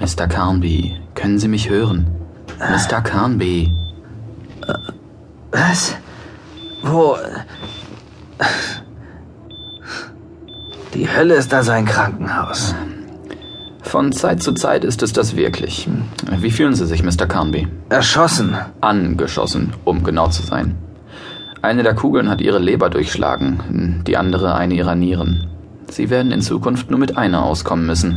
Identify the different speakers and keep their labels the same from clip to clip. Speaker 1: Mr. Carnby, können Sie mich hören? Mr. Carnby.
Speaker 2: Was? Wo? Die Hölle ist also ein Krankenhaus.
Speaker 1: Von Zeit zu Zeit ist es das wirklich. Wie fühlen Sie sich, Mr. Carnby?
Speaker 2: Erschossen.
Speaker 1: Angeschossen, um genau zu sein. Eine der Kugeln hat Ihre Leber durchschlagen, die andere eine Ihrer Nieren. Sie werden in Zukunft nur mit einer auskommen müssen.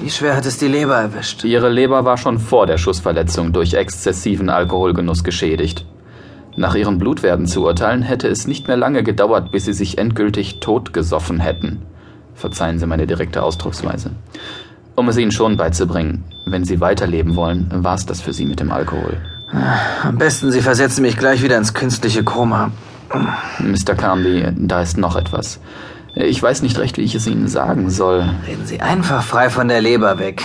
Speaker 2: Wie schwer hat es die Leber erwischt?
Speaker 1: Ihre Leber war schon vor der Schussverletzung durch exzessiven Alkoholgenuss geschädigt. Nach ihren Blutwerten zu urteilen, hätte es nicht mehr lange gedauert, bis sie sich endgültig totgesoffen hätten. Verzeihen Sie meine direkte Ausdrucksweise. Um es Ihnen schon beizubringen, wenn Sie weiterleben wollen, war's das für Sie mit dem Alkohol.
Speaker 2: Am besten, Sie versetzen mich gleich wieder ins künstliche Koma.
Speaker 1: Mr. Carnby, da ist noch etwas. Ich weiß nicht recht, wie ich es Ihnen sagen soll.
Speaker 2: Reden Sie einfach frei von der Leber weg.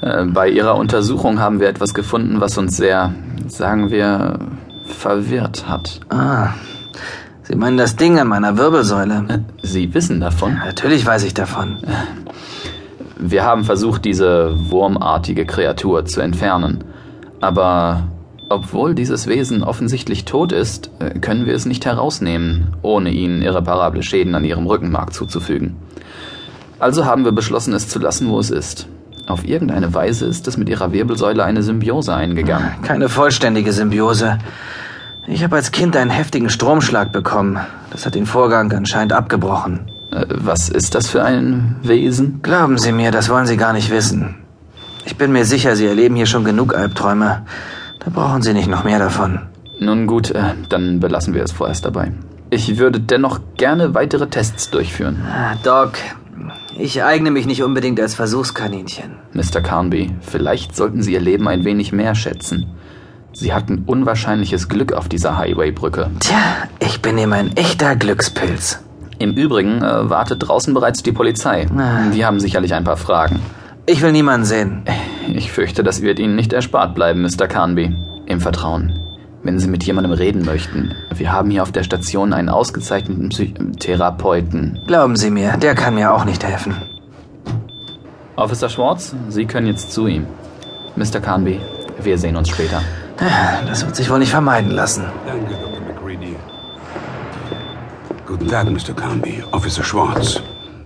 Speaker 1: Äh, Bei Ihrer Untersuchung haben wir etwas gefunden, was uns sehr, sagen wir, verwirrt hat.
Speaker 2: Ah, Sie meinen das Ding an meiner Wirbelsäule?
Speaker 1: Sie wissen davon?
Speaker 2: Natürlich weiß ich davon.
Speaker 1: Wir haben versucht, diese wurmartige Kreatur zu entfernen. Aber obwohl dieses Wesen offensichtlich tot ist, äh, können wir es nicht herausnehmen, ohne ihnen irreparable Schäden an ihrem Rückenmark zuzufügen. Also haben wir beschlossen, es zu lassen, wo es ist. Auf irgendeine Weise ist es mit ihrer Wirbelsäule eine Symbiose eingegangen.
Speaker 2: Keine vollständige Symbiose. Ich habe als Kind einen heftigen Stromschlag bekommen. Das hat den Vorgang anscheinend abgebrochen.
Speaker 1: Äh, Was ist das für ein Wesen?
Speaker 2: Glauben Sie mir, das wollen Sie gar nicht wissen. Ich bin mir sicher, Sie erleben hier schon genug Albträume. Da brauchen Sie nicht noch mehr davon.
Speaker 1: Nun gut, äh, dann belassen wir es vorerst dabei. Ich würde dennoch gerne weitere Tests durchführen.
Speaker 2: Ah, Doc, ich eigne mich nicht unbedingt als Versuchskaninchen.
Speaker 1: Mr. Carnby, vielleicht sollten Sie Ihr Leben ein wenig mehr schätzen. Sie hatten unwahrscheinliches Glück auf dieser Highwaybrücke.
Speaker 2: Tja, ich bin eben ein echter Glückspilz.
Speaker 1: Im Übrigen äh, wartet draußen bereits die Polizei. Die haben sicherlich ein paar Fragen.
Speaker 2: Ich will niemanden sehen.
Speaker 1: Ich fürchte, das wird Ihnen nicht erspart bleiben, Mr. Carnby. Im Vertrauen. Wenn Sie mit jemandem reden möchten, wir haben hier auf der Station einen ausgezeichneten Psych Therapeuten.
Speaker 2: Glauben Sie mir, der kann mir auch nicht helfen.
Speaker 1: Officer Schwartz, Sie können jetzt zu ihm. Mr. Carnby, wir sehen uns später.
Speaker 2: Das wird sich wohl nicht vermeiden lassen.
Speaker 3: Danke, Dr. McReady. Guten Tag, Mr. Carnby. Officer Schwartz.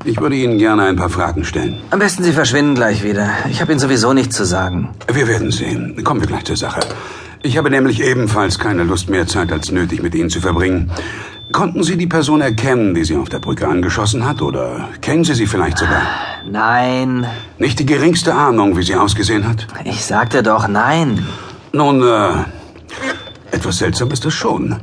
Speaker 3: Ich würde Ihnen gerne ein paar Fragen stellen.
Speaker 2: Am besten Sie verschwinden gleich wieder. Ich habe Ihnen sowieso nichts zu sagen.
Speaker 3: Wir werden sehen. Kommen wir gleich zur Sache. Ich habe nämlich ebenfalls keine Lust, mehr Zeit als nötig mit Ihnen zu verbringen. Konnten Sie die Person erkennen, die Sie auf der Brücke angeschossen hat? Oder kennen Sie sie vielleicht sogar?
Speaker 2: Nein.
Speaker 3: Nicht die geringste Ahnung, wie sie ausgesehen hat?
Speaker 2: Ich sagte doch nein.
Speaker 3: Nun, äh, etwas seltsam ist das schon.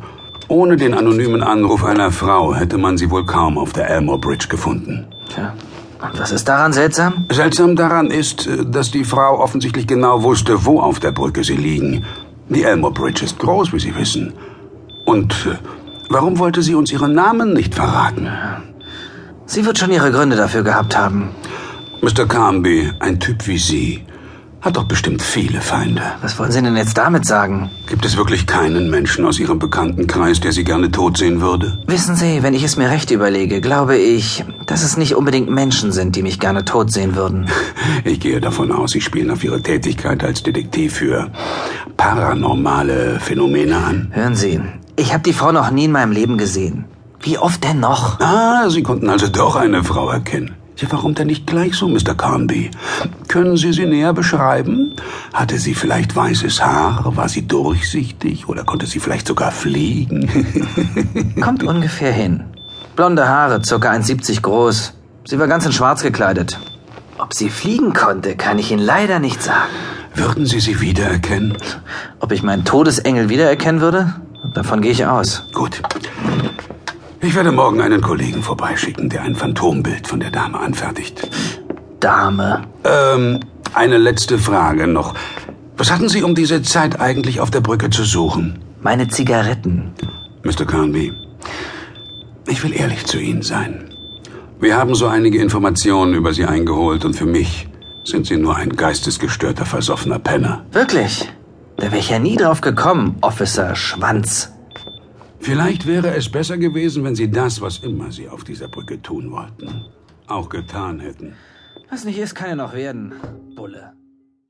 Speaker 3: Ohne den anonymen Anruf einer Frau hätte man sie wohl kaum auf der Elmore Bridge gefunden.
Speaker 2: Tja. Und was ist daran seltsam?
Speaker 3: Seltsam daran ist, äh, dass die Frau offensichtlich genau wusste, wo auf der Brücke sie liegen. Die Elmore Bridge ist groß, wie Sie wissen. Und äh, warum wollte sie uns ihren Namen nicht verraten?
Speaker 2: Sie wird schon ihre Gründe dafür gehabt haben.
Speaker 3: Mr. Carmby, ein Typ wie Sie, hat doch bestimmt viele Feinde.
Speaker 2: Was wollen Sie denn jetzt damit sagen?
Speaker 3: Gibt es wirklich keinen Menschen aus Ihrem Bekanntenkreis, der Sie gerne tot sehen würde?
Speaker 2: Wissen Sie, wenn ich es mir recht überlege, glaube ich, dass es nicht unbedingt Menschen sind, die mich gerne tot sehen würden.
Speaker 3: Ich gehe davon aus, Sie spielen auf Ihre Tätigkeit als Detektiv für paranormale Phänomene an.
Speaker 2: Hören Sie, ich habe die Frau noch nie in meinem Leben gesehen. Wie oft denn noch?
Speaker 3: Ah, Sie konnten also doch eine Frau erkennen. Ja, warum denn nicht gleich so, Mr. Carnby? Können Sie sie näher beschreiben? Hatte sie vielleicht weißes Haar? War sie durchsichtig? Oder konnte sie vielleicht sogar fliegen?
Speaker 2: Kommt ungefähr hin. Blonde Haare, circa 1,70 groß. Sie war ganz in schwarz gekleidet. Ob sie fliegen konnte, kann ich Ihnen leider nicht sagen.
Speaker 3: Würden Sie sie wiedererkennen?
Speaker 2: Ob ich meinen Todesengel wiedererkennen würde? Davon gehe ich aus.
Speaker 3: Gut. Ich werde morgen einen Kollegen vorbeischicken, der ein Phantombild von der Dame anfertigt.
Speaker 2: Dame.
Speaker 3: Ähm, eine letzte Frage noch. Was hatten Sie um diese Zeit eigentlich auf der Brücke zu suchen?
Speaker 2: Meine Zigaretten.
Speaker 3: Mr. Carnby, ich will ehrlich zu Ihnen sein. Wir haben so einige Informationen über Sie eingeholt und für mich sind Sie nur ein geistesgestörter, versoffener Penner.
Speaker 2: Wirklich? Da wäre ich ja nie drauf gekommen, Officer Schwanz.
Speaker 3: Vielleicht wäre es besser gewesen, wenn Sie das, was immer Sie auf dieser Brücke tun wollten, auch getan hätten.
Speaker 2: Was nicht ist, kann ja noch werden. Bulle.